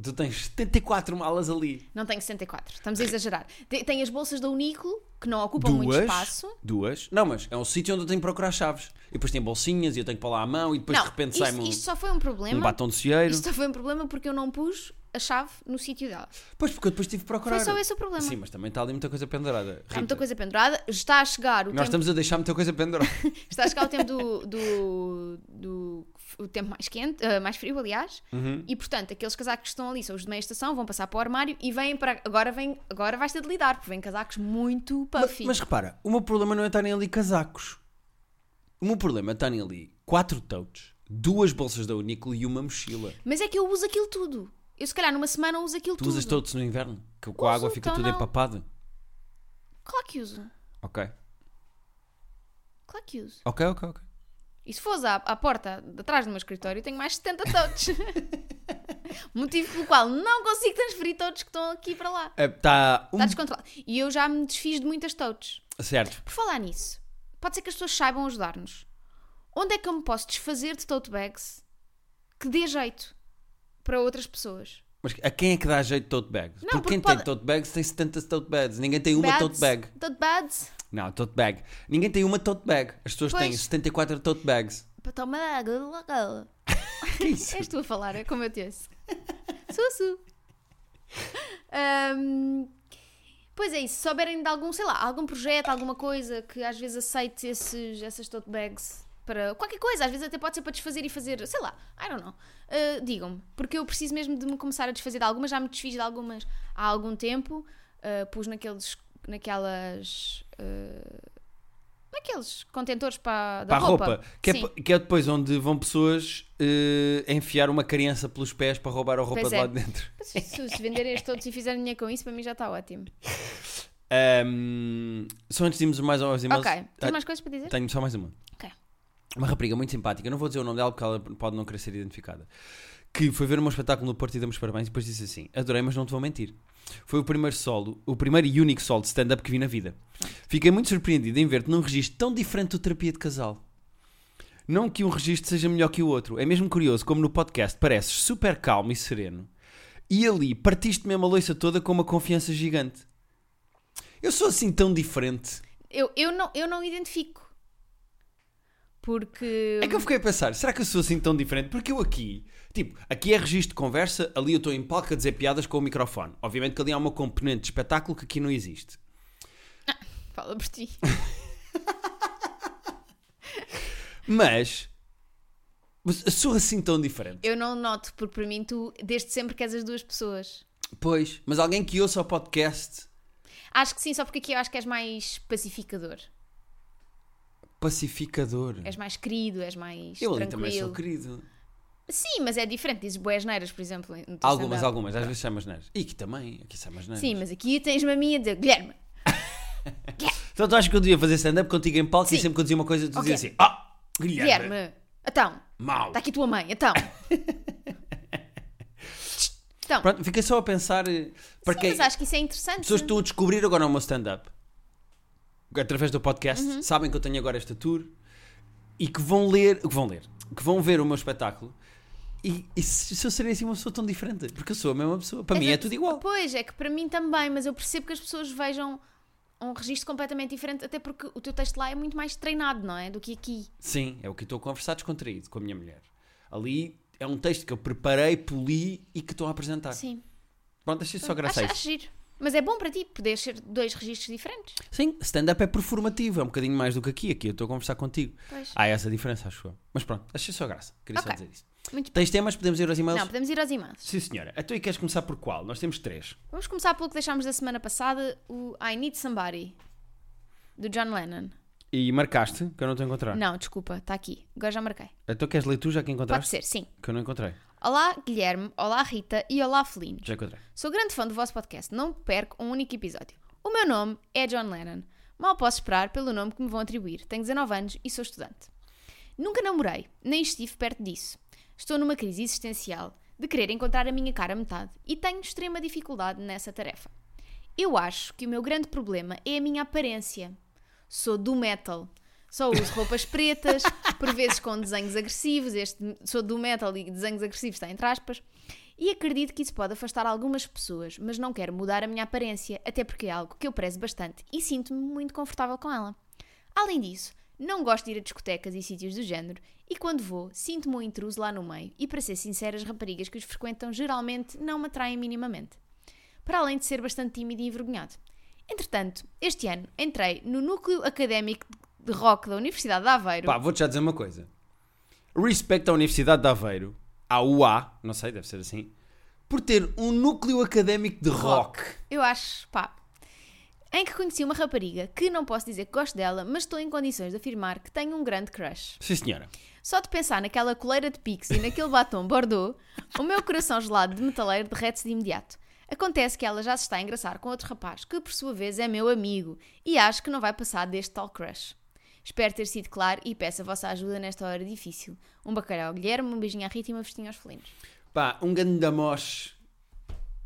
Speaker 2: Tu tens 74 malas ali.
Speaker 1: Não tenho 64. Estamos a exagerar. Te- Tenho as bolsas da Uniqlo, que não ocupam muito espaço.
Speaker 2: Duas. Não, mas é um sítio onde eu tenho que procurar chaves. E depois tem bolsinhas e eu tenho que pôr lá a mão e depois
Speaker 1: não,
Speaker 2: de repente
Speaker 1: isto,
Speaker 2: sai-me um,
Speaker 1: isto só foi um problema.
Speaker 2: um batom de cieiro.
Speaker 1: Isto só foi um problema porque eu não pus a chave no sítio dela.
Speaker 2: Pois, porque eu depois tive que procurar.
Speaker 1: Foi só esse o problema.
Speaker 2: Sim, mas também está ali muita coisa pendurada.
Speaker 1: Há
Speaker 2: Rita,
Speaker 1: muita coisa pendurada. Está a chegar o
Speaker 2: Nós
Speaker 1: tempo.
Speaker 2: estamos a deixar muita
Speaker 1: (laughs)
Speaker 2: coisa pendurada.
Speaker 1: Está a chegar o tempo do, do, do- o tempo mais quente, eh, mais frio, aliás.
Speaker 2: Uhum.
Speaker 1: E portanto, aqueles casacos que estão ali são os de meia estação, vão passar para o armário e vêm para. Agora, vem, agora vais ter de lidar, porque vêm casacos muito
Speaker 2: Mas,
Speaker 1: puffy.
Speaker 2: mas repara, o meu problema não é estarem ali casacos. O meu problema é estarem ali quatro totes, duas bolsas da Uniqlo e uma mochila.
Speaker 1: Mas é que eu uso aquilo tudo. Eu, se calhar, numa semana uso aquilo
Speaker 2: Tu
Speaker 1: tudo.
Speaker 2: usas totes no inverno? Que com a
Speaker 1: Uso,
Speaker 2: água fica
Speaker 1: então
Speaker 2: tudo
Speaker 1: não.
Speaker 2: empapado?
Speaker 1: Claro que uso.
Speaker 2: Ok.
Speaker 1: Claro que uso.
Speaker 2: Ok, ok, ok.
Speaker 1: E se fores à, à porta de atrás do meu escritório, eu tenho mais 70
Speaker 2: (laughs)
Speaker 1: todos. Motivo pelo qual não consigo transferir todos que estão aqui para lá.
Speaker 2: Está um...
Speaker 1: Está descontrolado. E eu já me desfiz de muitas todos.
Speaker 2: Certo.
Speaker 1: Por falar nisso, pode ser que as pessoas saibam ajudar-nos. Onde é que eu me posso desfazer de tote bags que dê jeito para outras pessoas?
Speaker 2: Mas a quem é que dá jeito de tote bags?
Speaker 1: Não,
Speaker 2: porque quem
Speaker 1: porque pode-
Speaker 2: tem tote bags tem 70 tote bags. Ninguém tem uma
Speaker 1: Bags?
Speaker 2: tote bag.
Speaker 1: Tote bags?
Speaker 2: Não, tote bag. Ninguém tem uma tote bag. As pessoas têm
Speaker 1: Pois.
Speaker 2: 74 tote bags.
Speaker 1: Toma água.
Speaker 2: Que isso?
Speaker 1: És tu a falar, é como eu te ouço. Sussu. Ahm, pois é isso, se souberem de algum, sei lá, algum projeto, alguma coisa que às vezes aceite esses, essas tote bags para qualquer coisa, às vezes até pode ser para desfazer e fazer, sei lá, I don't know. Ah, Digam-me, porque eu preciso mesmo de me começar a desfazer de algumas, já me desfiz de algumas há algum tempo, ah, pus naqueles, naquelas. ah, naqueles contentores para, da
Speaker 2: Para a roupa. Que, é,
Speaker 1: Sim.
Speaker 2: pa- que é depois onde vão pessoas eh, enfiar uma criança pelos pés para roubar a roupa
Speaker 1: Pois
Speaker 2: de
Speaker 1: é.
Speaker 2: lá de dentro.
Speaker 1: Mas Se, se venderem estes todos e fizerem dinheiro com isso, para mim já está ótimo.
Speaker 2: Ahm, só antes de irmos mais aos e-mails.
Speaker 1: ok,
Speaker 2: Ah,
Speaker 1: tens mais coisas para dizer?
Speaker 2: tenho só mais uma.
Speaker 1: Ok.
Speaker 2: Uma rapariga muito simpática, eu não vou dizer o nome dela porque ela pode não querer ser identificada. Que foi ver um espetáculo no Porto e damos parabéns e depois disse assim: Adorei, mas não te vou mentir. Foi o primeiro solo, o primeiro e único solo de stand-up que vi na vida. Fiquei muito surpreendido em ver-te num registro tão diferente do terapia de casal. Não que um registro seja melhor que o outro, é mesmo curioso como no podcast pareces super calmo e sereno e ali partiste mesmo a loiça toda com uma confiança gigante. Eu sou assim tão diferente.
Speaker 1: Eu, eu, não, eu não identifico. Porque.
Speaker 2: É que eu fiquei a pensar, será que eu sou assim tão diferente? Porque eu aqui, tipo, aqui é registro de conversa, ali eu estou em palco a dizer piadas com o microfone. Obviamente que ali há uma componente de espetáculo que aqui não existe.
Speaker 1: Fala por ti.
Speaker 2: Mas, mas eu sou assim tão diferente.
Speaker 1: Eu não noto, porque para mim tu, desde sempre, que és as duas pessoas.
Speaker 2: Pois, mas alguém que ouça o podcast
Speaker 1: Acho que sim, só porque aqui eu acho que és mais pacificador.
Speaker 2: pacificador.
Speaker 1: És mais querido, és mais.
Speaker 2: eu ali
Speaker 1: tranquilo.
Speaker 2: também sou querido.
Speaker 1: Sim, mas é diferente. Dizes boas neiras, por exemplo. no teu
Speaker 2: Algumas,
Speaker 1: stand-up.
Speaker 2: algumas, às vezes chamas neiras. E aqui também, aqui chamas neiras.
Speaker 1: Sim, mas aqui tens-me a minha de Guilherme.
Speaker 2: Então tu achas que eu devia fazer stand-up contigo em palco
Speaker 1: Sim.
Speaker 2: e sempre que eu dizia uma coisa tu
Speaker 1: Ok.
Speaker 2: dizia assim, ah, Guilherme,
Speaker 1: Guilherme. Então,
Speaker 2: mau.
Speaker 1: está aqui tua mãe,
Speaker 2: (laughs)
Speaker 1: então. então.
Speaker 2: Pronto, fiquei só a pensar, eh, para
Speaker 1: Sim,
Speaker 2: quem...
Speaker 1: mas acho que isso é interessante.
Speaker 2: pessoas que estão a descobrir agora o meu stand-up através do podcast
Speaker 1: Uhum.
Speaker 2: sabem que eu tenho agora esta tour e que vão ler, que vão ler, que vão ver o meu espetáculo. E, e se, se eu seria assim uma pessoa tão diferente, porque eu sou a mesma pessoa, para mim é
Speaker 1: Exato.
Speaker 2: tudo igual.
Speaker 1: Pois, é que para mim também, mas eu percebo que as pessoas vejam um registro completamente diferente, até porque o teu texto lá é muito mais treinado, não é? Do que aqui.
Speaker 2: Sim, é o que estou a conversar descontraído com a minha mulher. Ali é um texto que eu preparei, poli e que estou a apresentar.
Speaker 1: Sim.
Speaker 2: Pronto, achei só
Speaker 1: Acho,
Speaker 2: graça a
Speaker 1: acho
Speaker 2: isso.
Speaker 1: giro. Mas é bom para ti poderes ser dois registros diferentes.
Speaker 2: Sim, stand-up é performativo, é um bocadinho mais do que aqui. Aqui eu estou a conversar contigo.
Speaker 1: Pois.
Speaker 2: Há essa diferença, acho eu. Mas pronto, achei só graça. Queria
Speaker 1: Ok.
Speaker 2: só dizer isso.
Speaker 1: Muito
Speaker 2: Tens temas? Podemos ir aos e-mails?
Speaker 1: Não, podemos ir aos imãs.
Speaker 2: Sim, senhora. Então, e queres começar por qual? Nós temos três.
Speaker 1: Vamos começar pelo que deixámos da semana passada, o I Need Somebody, do John Lennon.
Speaker 2: E marcaste, que eu não estou a encontrar.
Speaker 1: Não, desculpa, está aqui. Agora já marquei.
Speaker 2: Então queres ler tu, já que
Speaker 1: Pode
Speaker 2: encontraste?
Speaker 1: ser, sim.
Speaker 2: Que eu não encontrei.
Speaker 1: Olá, Guilherme. Olá, Rita. E olá, Felinos.
Speaker 2: Já encontrei.
Speaker 1: Sou grande fã do vosso podcast, não perco um único episódio. O meu nome é John Lennon. Mal posso esperar pelo nome que me vão atribuir. Tenho 19 anos e sou estudante. Nunca namorei, nem estive perto disso. Estou numa crise existencial de querer encontrar a minha cara metade e tenho extrema dificuldade nessa tarefa. Eu acho que o meu grande problema é a minha aparência. Sou do metal. Só uso roupas pretas, (laughs) por vezes com desenhos agressivos. Este sou do metal e desenhos agressivos está entre aspas. E acredito que isso pode afastar algumas pessoas, mas não quero mudar a minha aparência, até porque é algo que eu prezo bastante e sinto-me muito confortável com ela. Além disso, não gosto de ir a discotecas e sítios do género, e quando vou, sinto-me um intruso lá no meio, e para ser sincera, as raparigas que os frequentam geralmente não me atraem minimamente para além de ser bastante tímido e envergonhado. Entretanto, este ano entrei no núcleo académico de rock da Universidade de Aveiro.
Speaker 2: Pá, vou-te já dizer uma coisa. Respeito à Universidade de Aveiro, à UA, não sei, deve ser assim, por ter um núcleo académico de rock.
Speaker 1: Eu acho, pá. Em que conheci uma rapariga que não posso dizer que gosto dela, mas estou em condições de afirmar que tenho um grande crush.
Speaker 2: Sim, senhora.
Speaker 1: Só de pensar naquela coleira de pix e naquele batom bordeaux, o meu coração gelado de metaleiro derrete-se de imediato. Acontece que ela já se está a engraçar com outro rapaz, que por sua vez é meu amigo, e acho que não vai passar deste tal crush. Espero ter sido claro e peço a vossa ajuda nesta hora difícil. Um bacalhau ao Guilherme, um beijinho à Rita e uma festinha aos felinos.
Speaker 2: Pá, um gandamoche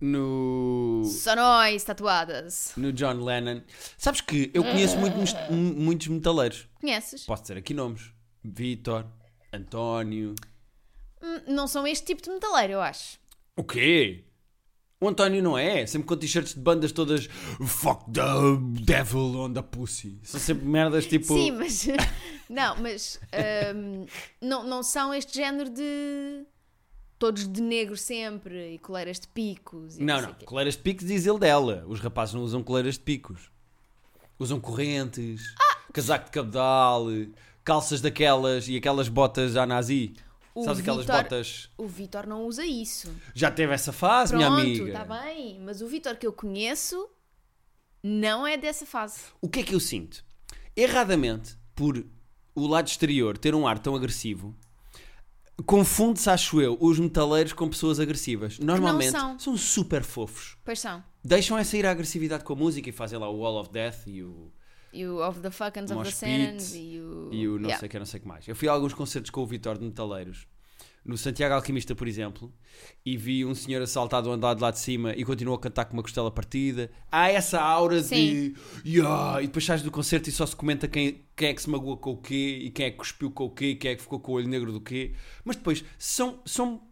Speaker 2: no...
Speaker 1: Só nós, tatuadas.
Speaker 2: no John Lennon. Sabes que eu conheço muito mes- m- muitos metaleiros.
Speaker 1: Conheces?
Speaker 2: Posso dizer aqui nomes. Vitor, António...
Speaker 1: Hum, Não são este tipo de metaleiro, eu acho.
Speaker 2: O quê? O António não é? Sempre com t-shirts de bandas todas Fuck the devil on the pussy. São sempre merdas tipo.
Speaker 1: Sim, mas. (laughs) Não, mas. hum, não, não são este género de. Todos de negro sempre e coleiras de picos. E
Speaker 2: Não,
Speaker 1: sei
Speaker 2: não.
Speaker 1: o quê.
Speaker 2: Coleiras de picos diz ele dela. Os rapazes não usam coleiras de picos. Usam correntes,
Speaker 1: Ah!
Speaker 2: casaco de cabedal, calças daquelas e aquelas botas à nazi.
Speaker 1: O
Speaker 2: Sabes aquelas
Speaker 1: Vítor-
Speaker 2: botas?
Speaker 1: O Vitor não usa isso.
Speaker 2: Já teve essa fase, minha
Speaker 1: Pronto,
Speaker 2: amiga.
Speaker 1: está bem. Mas o Vitor que eu conheço não é dessa fase.
Speaker 2: O que é que eu sinto? Erradamente, por o lado exterior ter um ar tão agressivo, confunde-se, acho eu, os metaleiros com pessoas agressivas. Normalmente
Speaker 1: são.
Speaker 2: super fofos.
Speaker 1: Pois são.
Speaker 2: Deixam é sair a agressividade com a música e fazem lá o Wall of Death e o,
Speaker 1: E o Of the Fuckins of the
Speaker 2: Mosh
Speaker 1: Sands
Speaker 2: pit
Speaker 1: e o.
Speaker 2: e o não
Speaker 1: Yeah.
Speaker 2: sei o que, não sei o que mais. Eu fui a alguns concertos com o Vitor de Metaleiros. No Santiago Alquimista, por exemplo, e vi um senhor assaltado andar de lá de cima e continuou a cantar com uma costela partida. Há essa aura
Speaker 1: Sim.
Speaker 2: de. Yeah! E depois sais do concerto e só se comenta quem, quem é que se magoou com o quê, e quem é que cuspiu com o quê, e quem é que ficou com o olho negro do quê. Mas depois são. são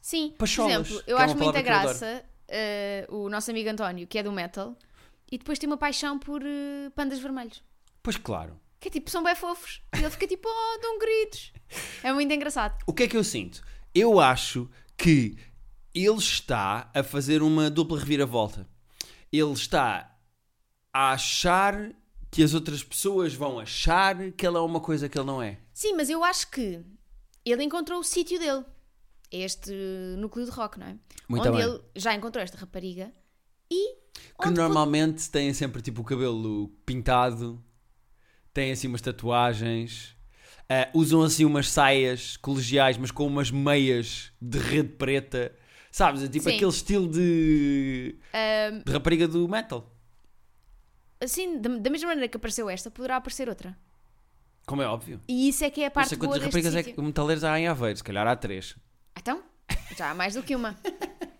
Speaker 1: Sim,
Speaker 2: Pacholas,
Speaker 1: por exemplo,
Speaker 2: que é
Speaker 1: eu
Speaker 2: uma
Speaker 1: acho muita
Speaker 2: palavra que eu
Speaker 1: graça eh, o nosso amigo António, que é do metal, e depois tem uma paixão por eh, pandas vermelhos.
Speaker 2: pois claro.
Speaker 1: Que é tipo, são bem fofos. E ele fica tipo, oh, dão gritos. É muito engraçado.
Speaker 2: O que é que eu sinto? Eu acho que ele está a fazer uma dupla reviravolta. Ele está a achar que as outras pessoas vão achar que ele é uma coisa que ele não é.
Speaker 1: Sim, mas eu acho que ele encontrou o sítio dele. É Este núcleo de rock, não é?
Speaker 2: Muito
Speaker 1: onde
Speaker 2: bem.
Speaker 1: ele já encontrou esta rapariga e
Speaker 2: Que
Speaker 1: onde
Speaker 2: normalmente têm sempre tipo o cabelo pintado, têm assim umas tatuagens, ah, usam assim umas saias colegiais, mas com umas meias de rede preta. Sabes? É tipo
Speaker 1: Sim.
Speaker 2: aquele estilo de, de rapariga do metal.
Speaker 1: pôde- assim, da, da mesma maneira que apareceu esta, poderá aparecer outra.
Speaker 2: Como é óbvio.
Speaker 1: E isso é que é a
Speaker 2: Não
Speaker 1: parte
Speaker 2: sei
Speaker 1: boa
Speaker 2: quantas
Speaker 1: deste
Speaker 2: raparigas é
Speaker 1: sítio.
Speaker 2: que metaleiros há em Aveiro, se calhar há três.
Speaker 1: Então, já há mais do que uma. (laughs)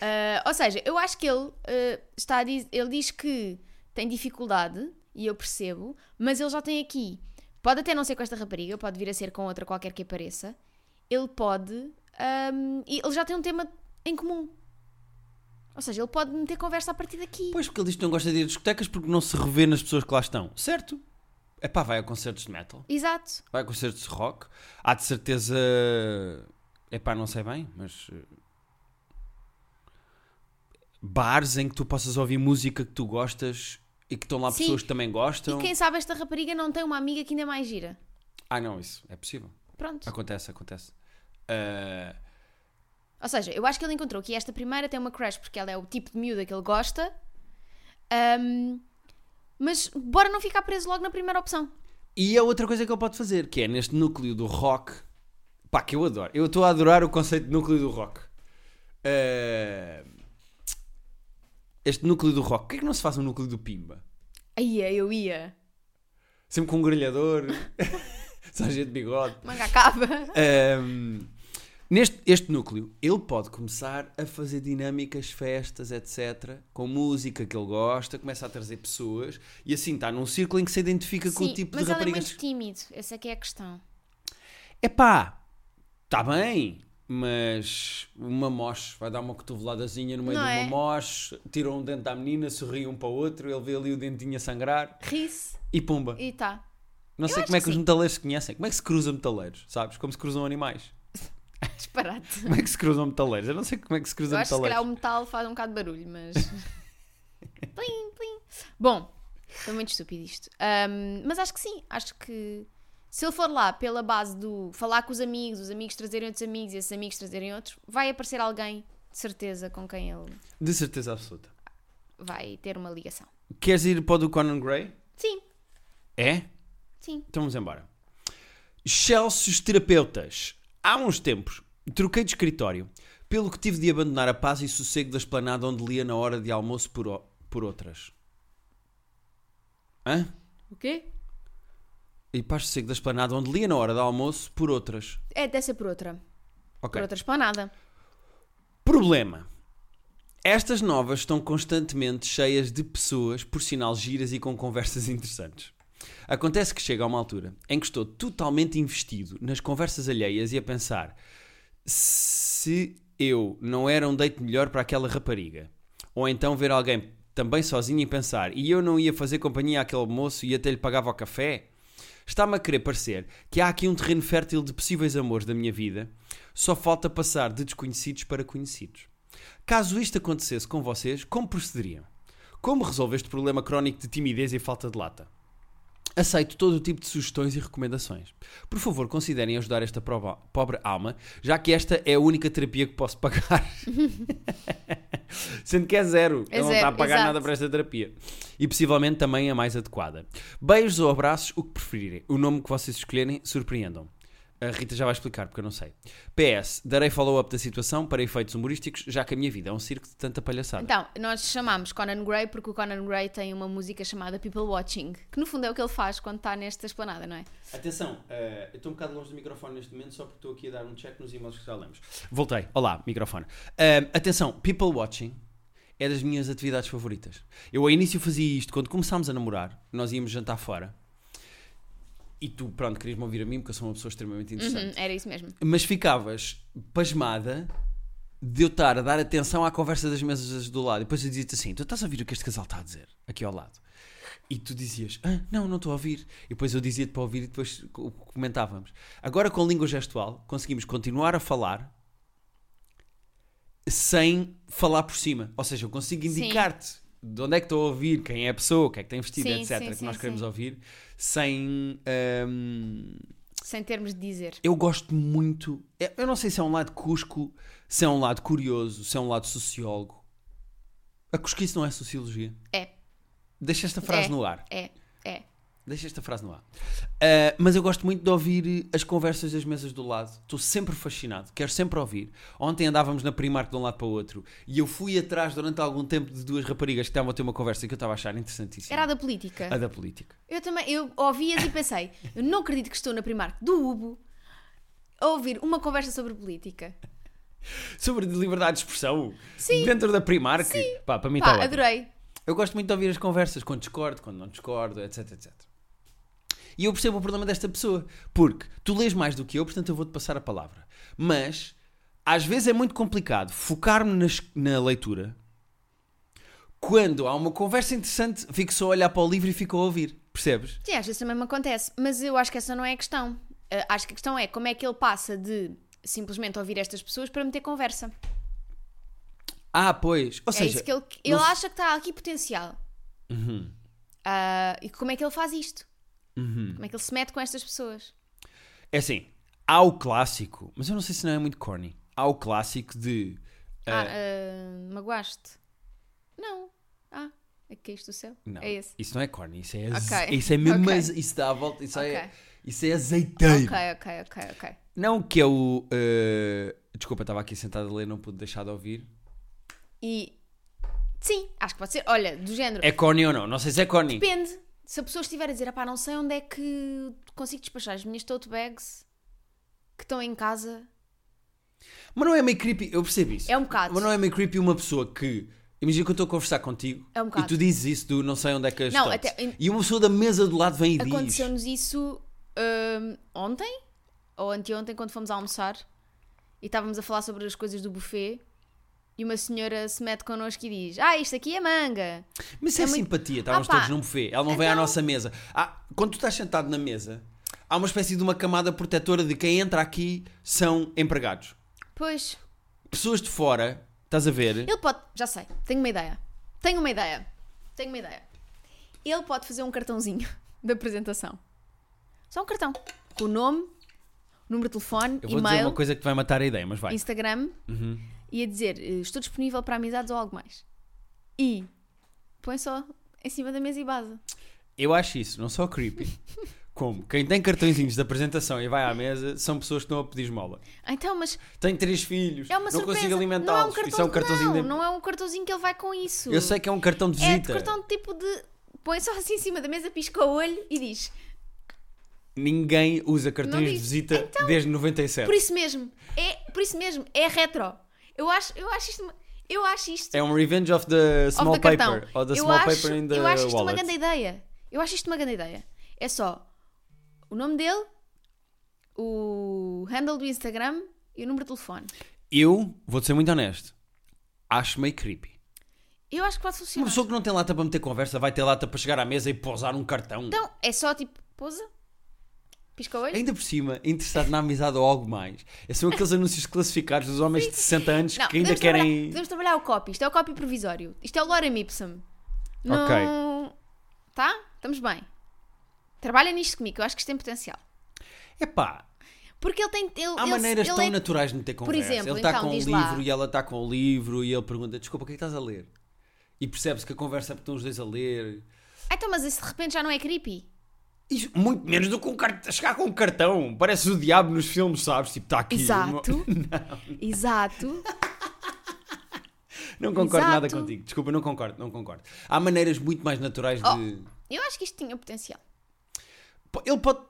Speaker 1: Ah, ou seja, eu acho que ele ah, está a diz, ele diz que tem dificuldade e eu percebo, mas ele já tem aqui. Pode até não ser com esta rapariga, pode vir a ser com outra qualquer que apareça. Ele pode. ahm, e ele já tem um tema em comum. Ou seja, ele pode meter conversa a partir daqui.
Speaker 2: Pois, porque ele diz que não gosta de ir a discotecas porque não se revê nas pessoas que lá estão. Certo? É pá, vai a concertos de metal,
Speaker 1: Exato.
Speaker 2: vai a concertos de rock. Há de certeza. É pá, não sei bem, mas. eh, Bares em que tu possas ouvir música que tu gostas e que estão lá
Speaker 1: Sim.
Speaker 2: pessoas que também gostam.
Speaker 1: E quem sabe esta rapariga não tem uma amiga que ainda é mais gira.
Speaker 2: Ah, não, isso é possível.
Speaker 1: Pronto.
Speaker 2: Acontece, acontece. Eh,
Speaker 1: Ou seja, eu acho que ele encontrou que esta primeira tem uma crush porque ela é o tipo de miúda que ele gosta. Ahm, mas bora não ficar preso logo na primeira opção.
Speaker 2: E a outra coisa que ele pode fazer, que é neste núcleo do rock, pá, que eu adoro. Eu estou a adorar o conceito de núcleo do rock. Eh, Este núcleo do rock, por que é que não se faz um núcleo do Pimba?
Speaker 1: Aí é, eu ia.
Speaker 2: Sempre com um grelhador, (laughs) sargento de bigode.
Speaker 1: Manga acaba.
Speaker 2: É Ahm, neste este núcleo, ele pode começar a fazer dinâmicas, festas, etc., com música que ele gosta, começa a trazer pessoas e assim está num círculo em que se identifica com
Speaker 1: Sim,
Speaker 2: o tipo
Speaker 1: mas
Speaker 2: de
Speaker 1: ela é
Speaker 2: raparigas.
Speaker 1: muito tímido. Essa é que é a questão.
Speaker 2: Epá, está bem, mas uma moche, vai dar uma cotoveladazinha no meio
Speaker 1: Não
Speaker 2: de uma
Speaker 1: é?
Speaker 2: moche, tirou um dente à menina, sorri um para o outro, ele vê ali o dentinho a sangrar
Speaker 1: Ri-se
Speaker 2: e pumba.
Speaker 1: e tá.
Speaker 2: Não sei
Speaker 1: acho
Speaker 2: como é que,
Speaker 1: que
Speaker 2: os
Speaker 1: sim.
Speaker 2: metaleiros se conhecem, como é que se cruzam metaleiros, sabes? Como se cruzam animais.
Speaker 1: Disparate.
Speaker 2: Como é que se cruzam metaleiros? Eu não sei como é que se
Speaker 1: Eu
Speaker 2: cruzam
Speaker 1: acho que se calhar o
Speaker 2: metaleiros.
Speaker 1: metal faz um bocado de barulho, mas. plim, plim. Bom, foi muito estúpido isto. Ahm, mas acho que sim, acho que se ele for lá pela base do falar com os amigos, os amigos trazerem outros amigos e esses amigos trazerem outros, vai aparecer alguém de certeza com quem ele
Speaker 2: De certeza absoluta.
Speaker 1: vai ter uma ligação.
Speaker 2: Queres ir para o do Conan Gray?
Speaker 1: Sim,
Speaker 2: É?
Speaker 1: sim.
Speaker 2: Então vamos embora. Excelsos terapeutas. Há uns tempos, troquei de escritório, pelo que tive de abandonar a paz e sossego da esplanada onde lia na hora de almoço por, o- por outras. Hã?
Speaker 1: O quê?
Speaker 2: E paz e sossego da esplanada onde lia na hora de almoço por outras.
Speaker 1: É dessa por outra.
Speaker 2: Ok.
Speaker 1: Por outra esplanada.
Speaker 2: Problema. Estas novas estão constantemente cheias de pessoas, por sinal giras e com conversas (laughs) interessantes. Acontece que chega a uma altura em que estou totalmente investido nas conversas alheias e a pensar se eu não era um date melhor para aquela rapariga. Ou então ver alguém também sozinho e pensar e eu não ia fazer companhia àquele moço e até lhe pagava o café? Está-me a querer parecer que há aqui um terreno fértil de possíveis amores da minha vida, só falta passar de desconhecidos para conhecidos. Caso isto acontecesse com vocês, como procederiam? Como resolve este problema crónico de timidez e falta de lata? Aceito todo o tipo de sugestões e recomendações. Por favor, considerem ajudar esta proba- pobre alma, já que esta é a única terapia que posso (laughs) pagar. Sendo que é zero.
Speaker 1: É
Speaker 2: Ele não
Speaker 1: zero,
Speaker 2: está a pagar
Speaker 1: exato.
Speaker 2: nada para esta terapia. E possivelmente também a mais adequada. Beijos ou abraços, o que preferirem. O nome que vocês escolherem, surpreendam. A Rita já vai explicar, porque eu não sei. PS, darei follow-up da situação para efeitos humorísticos, já que a minha vida é um circo de tanta palhaçada.
Speaker 1: Então, nós chamámos Conan Gray porque o Conan Gray tem uma música chamada People Watching, que no fundo é o que ele faz quando está nesta esplanada, não é?
Speaker 2: Atenção, eh, eu estou um bocado longe do microfone neste momento, só porque estou aqui a dar um check nos e-mails que já lemos. Voltei. Olá, microfone. Ahm, atenção, people watching é das minhas atividades favoritas. Eu ao início fazia isto, quando começámos a namorar, nós íamos jantar fora. E tu, pronto, querias-me ouvir a mim, porque eu sou uma pessoa extremamente interessante.
Speaker 1: Uhum, era isso mesmo.
Speaker 2: Mas ficavas pasmada de eu estar a dar atenção à conversa das mesas do lado. E depois eu dizia-te assim: Tu estás a ouvir o que este casal está a dizer, aqui ao lado. E tu dizias: ah, Não, não estou a ouvir. E depois eu dizia-te para ouvir e depois co- comentávamos. Agora com língua gestual conseguimos continuar a falar sem falar por cima. Ou seja, eu consigo
Speaker 1: Sim.
Speaker 2: indicar-te. De onde é que estou a ouvir, quem é a pessoa, o que é que tem vestido,
Speaker 1: Sim,
Speaker 2: etc.,
Speaker 1: sim,
Speaker 2: que
Speaker 1: sim,
Speaker 2: nós queremos
Speaker 1: sim.
Speaker 2: ouvir, sem hum,
Speaker 1: Sem termos de dizer.
Speaker 2: eu gosto muito. eu- Eu não sei se é um lado cusco, se é um lado curioso, se é um lado sociólogo. A cusquice não é sociologia.
Speaker 1: É,
Speaker 2: Deixa esta frase
Speaker 1: É.
Speaker 2: no ar.
Speaker 1: é, é.
Speaker 2: Deixa esta frase no ar. Ah, mas eu gosto muito de ouvir as conversas das mesas do lado. Estou sempre fascinado, quero sempre ouvir. Ontem andávamos na Primark de um lado para o outro e eu fui atrás durante algum tempo de duas raparigas que estavam a ter uma conversa que eu estava a achar interessantíssima.
Speaker 1: Era a da política.
Speaker 2: A da política.
Speaker 1: Eu também, eu ouvi-as e pensei, eu não acredito que estou na Primark do Ubo a ouvir uma conversa sobre política.
Speaker 2: Sobre liberdade de expressão.
Speaker 1: Sim.
Speaker 2: Dentro da Primark. Pá, para mim está
Speaker 1: Pá,
Speaker 2: ótimo.
Speaker 1: adorei.
Speaker 2: Eu gosto muito de ouvir as conversas quando discordo, quando não discordo, etc, etc. E eu percebo o problema desta pessoa, porque tu lês mais do que eu, portanto eu vou-te passar a palavra. Mas, às vezes é muito complicado focar-me nas- na leitura Quando há uma conversa interessante, fico só a olhar para o livro e fico a ouvir. Percebes?
Speaker 1: Sim, às vezes também me acontece, mas eu acho que essa não é a questão. Ah, acho que a questão é como é que ele passa de simplesmente ouvir estas pessoas para meter conversa.
Speaker 2: Ah, pois. Ou
Speaker 1: é
Speaker 2: seja, Uhum.
Speaker 1: isso que ele, ele
Speaker 2: não-
Speaker 1: acha que está aqui potencial. Ah, e como é que ele faz isto?
Speaker 2: Uhum.
Speaker 1: Como é que ele se mete com estas pessoas?
Speaker 2: é assim. Há o clássico, mas eu não sei se não é muito corny. Há o clássico de.
Speaker 1: Ah,
Speaker 2: É.
Speaker 1: ah, magoaste? Não. Ah, é que caíste do céu?
Speaker 2: Não,
Speaker 1: É esse.
Speaker 2: Isso não é corny, isso é, aze...
Speaker 1: Ok.
Speaker 2: isso é mesmo.
Speaker 1: Ok.
Speaker 2: aze- Isso dá a volta, isso, é,
Speaker 1: Ok.
Speaker 2: isso é azeiteiro.
Speaker 1: Ok, ok, ok, ok.
Speaker 2: Não que eu. eh, Desculpa, estava aqui sentado a ler, não pude deixar de ouvir.
Speaker 1: E sim, acho que pode ser. Olha, do género.
Speaker 2: É corny ou não? Não sei se é corny.
Speaker 1: Depende. Se a pessoa estiver a dizer, pá, não sei onde é que consigo despachar as minhas tote bags que estão em casa.
Speaker 2: Mas não é meio creepy, eu percebo isso.
Speaker 1: É um bocado.
Speaker 2: Mas não é meio creepy uma pessoa que. Imagina que eu estou a conversar contigo
Speaker 1: É um bocado.
Speaker 2: e tu dizes isso do não sei onde é que as
Speaker 1: Não,
Speaker 2: totes.
Speaker 1: até-
Speaker 2: E uma pessoa da mesa do lado vem e diz.
Speaker 1: Aconteceu-nos isso hum, ontem ou anteontem, quando fomos almoçar e estávamos a falar sobre as coisas do buffet. E uma senhora se mete connosco e diz: Ah, isto aqui é manga.
Speaker 2: Mas isso é,
Speaker 1: é muito-
Speaker 2: simpatia, estávamos
Speaker 1: Ah, pá.
Speaker 2: todos num buffet. Ela não vem à
Speaker 1: Então-
Speaker 2: nossa mesa. Ah, quando tu estás sentado na mesa, há uma espécie de uma camada protetora de quem entra aqui são empregados.
Speaker 1: Pois,
Speaker 2: Pessoas de fora, estás a ver?
Speaker 1: ele pode. Já sei, tenho uma ideia. Tenho uma ideia. Tenho uma ideia. Ele pode fazer um cartãozinho (laughs) de apresentação. Só um cartão. Com o nome, número de telefone,
Speaker 2: Eu vou dizer
Speaker 1: e-mail,
Speaker 2: uma coisa Uhum. que te vai matar a ideia, mas vai.
Speaker 1: Instagram e a dizer: eh, Estou disponível para amizades ou algo mais. E põe só em cima da mesa e base.
Speaker 2: Eu acho isso, não
Speaker 1: (laughs)
Speaker 2: só creepy. Como quem tem cartõezinhos de apresentação e vai à mesa são pessoas que estão a pedir esmola.
Speaker 1: Ah, Então, mas
Speaker 2: Tenho três filhos,
Speaker 1: é uma
Speaker 2: não
Speaker 1: surpresa. não
Speaker 2: consigo
Speaker 1: é um
Speaker 2: alimentá-los.
Speaker 1: cartão,
Speaker 2: isso é um cartãozinho
Speaker 1: não,
Speaker 2: de...
Speaker 1: não é um cartãozinho que ele vai com isso.
Speaker 2: Eu sei que é um cartão de
Speaker 1: é
Speaker 2: visita.
Speaker 1: de cartão de tipo de. Põe só assim em cima da mesa, pisca o olho e diz:
Speaker 2: Ninguém usa cartões
Speaker 1: Não
Speaker 2: de
Speaker 1: diz.
Speaker 2: visita
Speaker 1: Então-
Speaker 2: desde 97.
Speaker 1: Por isso mesmo, é, por isso mesmo, é retro. Eu acho, eu acho isto, uma- eu acho isto
Speaker 2: É um revenge of the
Speaker 1: off
Speaker 2: small
Speaker 1: the cartão.
Speaker 2: paper. Ou the
Speaker 1: eu
Speaker 2: small
Speaker 1: acho,
Speaker 2: paper in the
Speaker 1: eu acho isto uma
Speaker 2: wallet.
Speaker 1: grande ideia. Eu acho isto uma grande ideia. É só o nome dele, o handle do Instagram e o número de telefone.
Speaker 2: Eu, vou-te ser muito honesto, acho meio creepy.
Speaker 1: Eu acho que pode
Speaker 2: Uma
Speaker 1: funcionar.
Speaker 2: pessoa que não tem lata para meter conversa vai ter lata para chegar à mesa e pousar um cartão.
Speaker 1: Então, é só tipo, pousa, pisca o olho.
Speaker 2: Ainda por cima, interessado na amizade ou algo mais. É, São aqueles anúncios classificados dos homens de 60 anos
Speaker 1: Não,
Speaker 2: que ainda
Speaker 1: podemos Trabalhar,
Speaker 2: querem.
Speaker 1: podemos trabalhar o copy. Isto é o copy provisório. Isto é o Lorem Ipsum. Não... Tá? Estamos bem. Trabalha nisto comigo. Eu acho que isto tem potencial.
Speaker 2: Epá,
Speaker 1: Porque ele tem... Ele,
Speaker 2: há
Speaker 1: ele-
Speaker 2: maneiras
Speaker 1: ele
Speaker 2: tão
Speaker 1: é-
Speaker 2: naturais de meter conversa.
Speaker 1: exemplo,
Speaker 2: ele está
Speaker 1: então,
Speaker 2: com o
Speaker 1: diz
Speaker 2: livro
Speaker 1: lá.
Speaker 2: e ela está com o livro e ele pergunta: Desculpa, o que é que estás a ler? E percebe-se que a conversa é porque estão os dois a ler.
Speaker 1: Ah, então, mas isso de repente já não é creepy?
Speaker 2: Isso, muito menos do que um cartão. Chegar com um cartão. Parece o diabo nos filmes, sabes? Tipo, está aqui.
Speaker 1: Exato. Exato.
Speaker 2: Não, (laughs) não concordo nada
Speaker 1: Exato.
Speaker 2: contigo. Desculpa, não concordo, não concordo. Há maneiras muito mais naturais de.
Speaker 1: (laughs) Eu acho que isto tinha potencial.
Speaker 2: Po- Ele pode.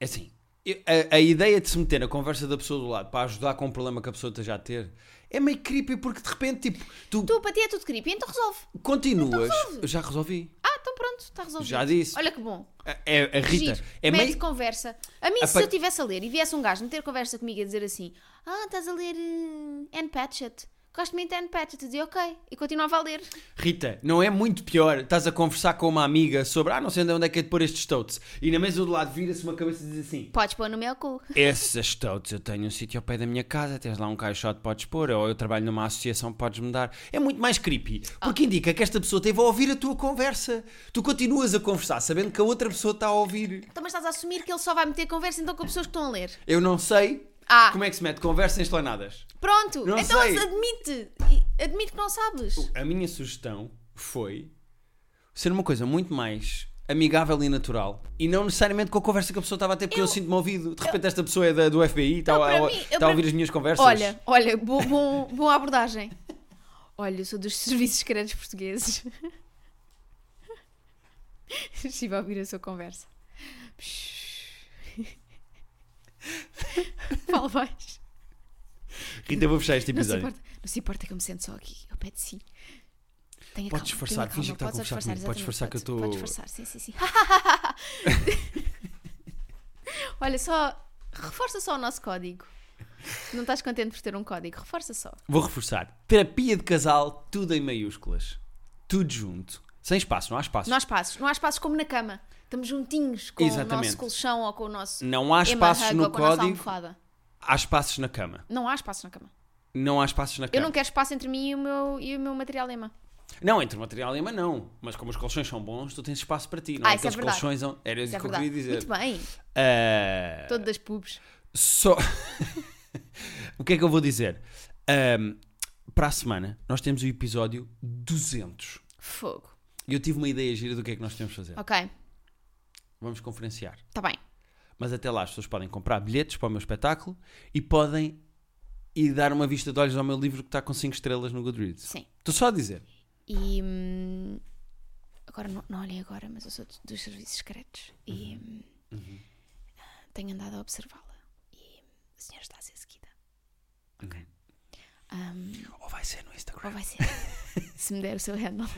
Speaker 2: é Assim, eu- a, a ideia de se meter na conversa da pessoa do lado para ajudar com um problema que a pessoa esteja a ter é meio creepy porque de repente, tipo, tu,
Speaker 1: Tu, para ti é tudo creepy, então resolve.
Speaker 2: continuas. Eu já resolvi.
Speaker 1: Ah, então pronto, está resolvido.
Speaker 2: Já disse.
Speaker 1: Olha que bom.
Speaker 2: É, é- a Rita.
Speaker 1: Giro.
Speaker 2: É
Speaker 1: Mete
Speaker 2: meio.
Speaker 1: conversa. A mim,
Speaker 2: Ah,
Speaker 1: se
Speaker 2: pá.
Speaker 1: eu estivesse a ler e viesse um gajo meter conversa comigo a dizer assim: Ah, estás a ler eh, Anne Patchett. Gosto muito de Anne Patchett. Eu dizia ok. E continuava a ler.
Speaker 2: Rita, não é muito pior. Estás a conversar com uma amiga sobre. Ah, não sei onde é que é de pôr estes totes. E na mesa do lado vira-se uma cabeça e diz assim.
Speaker 1: Podes pôr no meu cu.
Speaker 2: Esses totes, eu tenho um sítio ao pé da minha casa, tens lá um caixote, podes pôr, ou eu trabalho numa associação, podes me dar. É muito mais creepy,
Speaker 1: Ah.
Speaker 2: porque indica que esta pessoa esteve a ouvir a tua conversa. Tu continuas a conversar sabendo que a outra pessoa está a ouvir.
Speaker 1: Então, mas estás a assumir que ele só vai meter conversa então com pessoas que estão a ler.
Speaker 2: Eu não sei
Speaker 1: Ah.
Speaker 2: como é que se mete conversa em esplanadas.
Speaker 1: Pronto.
Speaker 2: Não
Speaker 1: então
Speaker 2: sei.
Speaker 1: admite. E- Admite que não sabes.
Speaker 2: A minha sugestão foi ser uma coisa muito mais amigável e natural e não necessariamente com a conversa que a pessoa estava a ter, porque eu, sinto-me ouvido. De repente, esta pessoa é da- do FBI, está
Speaker 1: Não,
Speaker 2: a,
Speaker 1: para mim- eu
Speaker 2: está a
Speaker 1: para
Speaker 2: ouvir
Speaker 1: mim-
Speaker 2: as minhas conversas.
Speaker 1: Olha, olha, bo- bom, boa abordagem. Olha, eu sou dos serviços secretos portugueses. Estive a ouvir a sua conversa. Fala baixo.
Speaker 2: Rita, eu vou fechar este
Speaker 1: Não se,
Speaker 2: episódio.
Speaker 1: importa, não se importa que eu me sente só aqui, ao pé de si. Tenha calma,
Speaker 2: Podes disfarçar,
Speaker 1: tenha
Speaker 2: finge
Speaker 1: calma,
Speaker 2: que está a
Speaker 1: podes
Speaker 2: conversar comigo,
Speaker 1: exatamente,
Speaker 2: podes disfarçar que eu
Speaker 1: podes- Podes
Speaker 2: tô-
Speaker 1: disfarçar, sim, sim, sim. (laughs) Olha, só reforça só o nosso código. Não estás contente por ter um código, reforça só.
Speaker 2: Vou reforçar. Terapia de casal, tudo em maiúsculas. tudo junto. Sem espaço, não há espaço.
Speaker 1: Não há espaços. Não há espaços como na cama. Estamos juntinhos com o
Speaker 2: Exatamente.
Speaker 1: nosso colchão ou com o nosso.
Speaker 2: Não há
Speaker 1: Emma
Speaker 2: espaços
Speaker 1: Hug
Speaker 2: no
Speaker 1: ou com a nossa
Speaker 2: código,
Speaker 1: almofada.
Speaker 2: há espaços na cama.
Speaker 1: Não há espaço na cama.
Speaker 2: Não há espaços na
Speaker 1: Eu
Speaker 2: cama.
Speaker 1: não quero espaço entre mim e o meu, e o meu material Ema.
Speaker 2: Não, entre material e lima não. Mas como os colchões são bons, tu tens espaço para ti. Não
Speaker 1: Ah,
Speaker 2: é
Speaker 1: isso é
Speaker 2: aqueles
Speaker 1: verdade.
Speaker 2: colchões. on- Era isso
Speaker 1: Isso é
Speaker 2: que eu queria
Speaker 1: verdade.
Speaker 2: dizer.
Speaker 1: Muito bem.
Speaker 2: Ah,
Speaker 1: Todo das pubs.
Speaker 2: só. (laughs) o que é que eu vou dizer? Ahm, para a semana, nós temos o episódio 200.
Speaker 1: Fogo.
Speaker 2: E eu tive uma ideia gira do que é que nós temos de fazer.
Speaker 1: Ok.
Speaker 2: Vamos conferenciar.
Speaker 1: Está bem.
Speaker 2: Mas até lá as pessoas podem comprar bilhetes para o meu espetáculo e podem ir dar uma vista de olhos ao meu livro que está com 5 estrelas no Goodreads.
Speaker 1: Sim.
Speaker 2: Estou só a dizer.
Speaker 1: E. hum, agora, não, não olhem agora, mas eu sou do- dos serviços secretos. E.
Speaker 2: Uhum.
Speaker 1: hum, ah, tenho andado a observá-la. E. hum, A senhora está a ser seguida. Ok. Hum,
Speaker 2: Ou vai ser no Instagram.
Speaker 1: ou vai ser. se me der o seu handle.